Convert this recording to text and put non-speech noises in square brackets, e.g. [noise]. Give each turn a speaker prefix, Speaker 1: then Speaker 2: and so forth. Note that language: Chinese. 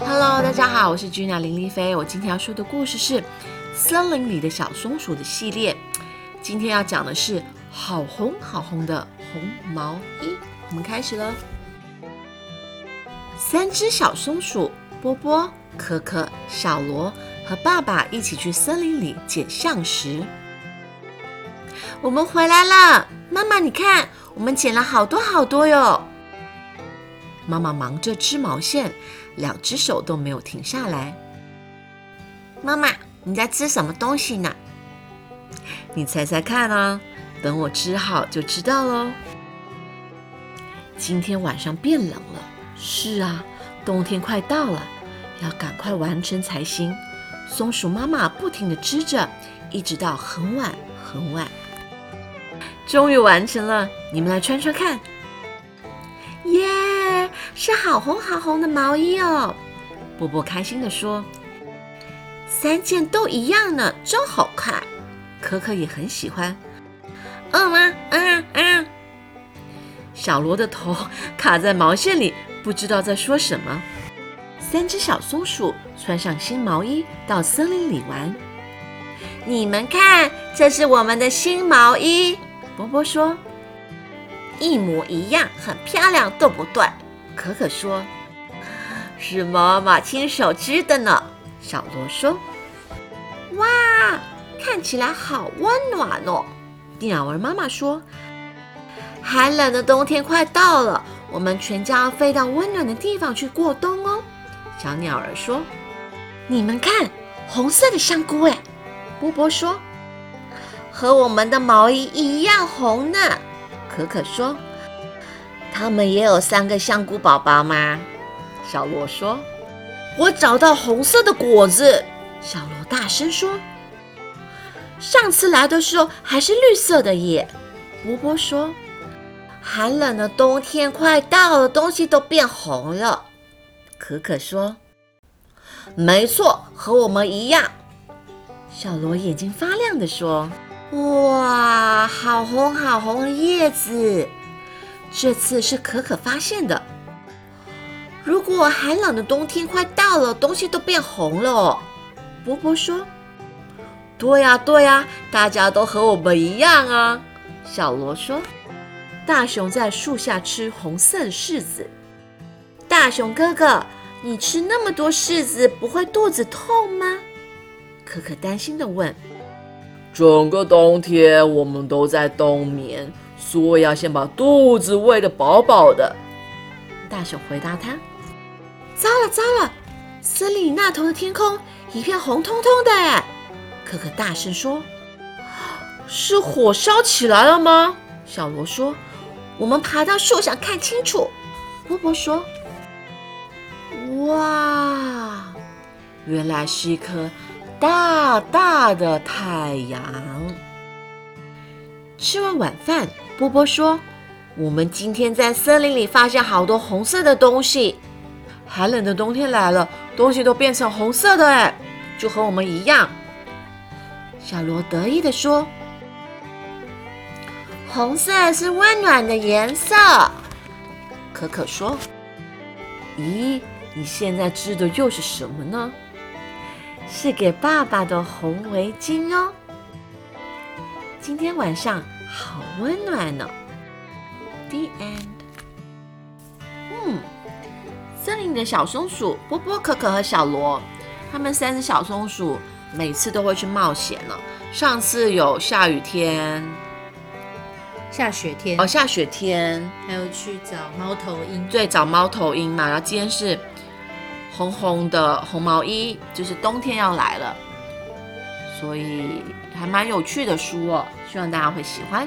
Speaker 1: Hello，大家好，我是 Gina 林丽菲。我今天要说的故事是《森林里的小松鼠》的系列。今天要讲的是好红好红的红毛衣。我们开始喽。三只小松鼠波波、可可、小罗和爸爸一起去森林里捡橡石。我们回来了，妈妈，你看，我们捡了好多好多哟。妈妈忙着织毛线，两只手都没有停下来。妈妈，你在织什么东西呢？你猜猜看啊，等我织好就知道喽。今天晚上变冷了，是啊，冬天快到了，要赶快完成才行。松鼠妈妈不停地织着，一直到很晚很晚。终于完成了，你们来穿穿看。耶、是好红好红的毛衣哦！波波开心地说：“三件都一样呢，真好看。”可可也很喜欢。嗯啊，嗯啊，嗯啊！小罗的头 [laughs] 卡在毛线里，不知道在说什么。三只小松鼠穿上新毛衣，到森林里玩。你们看，这是我们的新毛衣。波波说：“一模一样，很漂亮，对不对？”可可说：“是妈妈亲手织的呢。”小罗说：“哇，看起来好温暖哦。”鸟儿妈妈说：“寒冷的冬天快到了，我们全家要飞到温暖的地方去过冬哦。”小鸟儿说：“你们看，红色的香菇哎。”波波说：“和我们的毛衣一样红呢。”可可说：“他们也有三个香菇宝宝吗？”小罗说：“我找到红色的果子。”小罗大声说：“上次来的时候还是绿色的耶。”波波说：“寒冷的冬天快到了，东西都变红了。”可可说：“没错，和我们一样。”小罗眼睛发亮地说：“哇，好红好红的叶子！这次是可可发现的。如果寒冷的冬天快到了，东西都变红了哦。”波波说：“对呀、对呀、大家都和我们一样啊。”小罗说：“大熊在树下吃红色的柿子。大熊哥哥，你吃那么多柿子，不会肚子痛吗？”可可担心地问。
Speaker 2: 整个冬天我们都在冬眠，所以要先把肚子喂得饱饱的。
Speaker 1: 大熊回答他：“糟了糟了，森林那头的天空一片红彤彤的。”哎，可可大声说：“是火烧起来了吗？”小罗说：“我们爬到树上看清楚。”波波说：“哇，原来是一颗大大的太阳。”吃完晚饭，波波说：“我们今天在森林里发现好多红色的东西。寒冷的冬天来了，东西都变成红色的哎，就和我们一样。”小罗得意地说：“红色是温暖的颜色。”可可说：“咦，你现在织的又是什么呢？是给爸爸的红围巾哦。今天晚上好温暖呢、哦。” The end。嗯，森林里的小松鼠波波、可可和小罗，他们三只小松鼠每次都会去冒险了。上次有下雨天，
Speaker 3: 下雪天
Speaker 1: 哦，，下雪天，
Speaker 3: 还有去找猫头鹰，
Speaker 1: 对，找猫头鹰嘛。然后今天是红红的红毛衣，就是冬天要来了，所以还蛮有趣的书哦，希望大家会喜欢。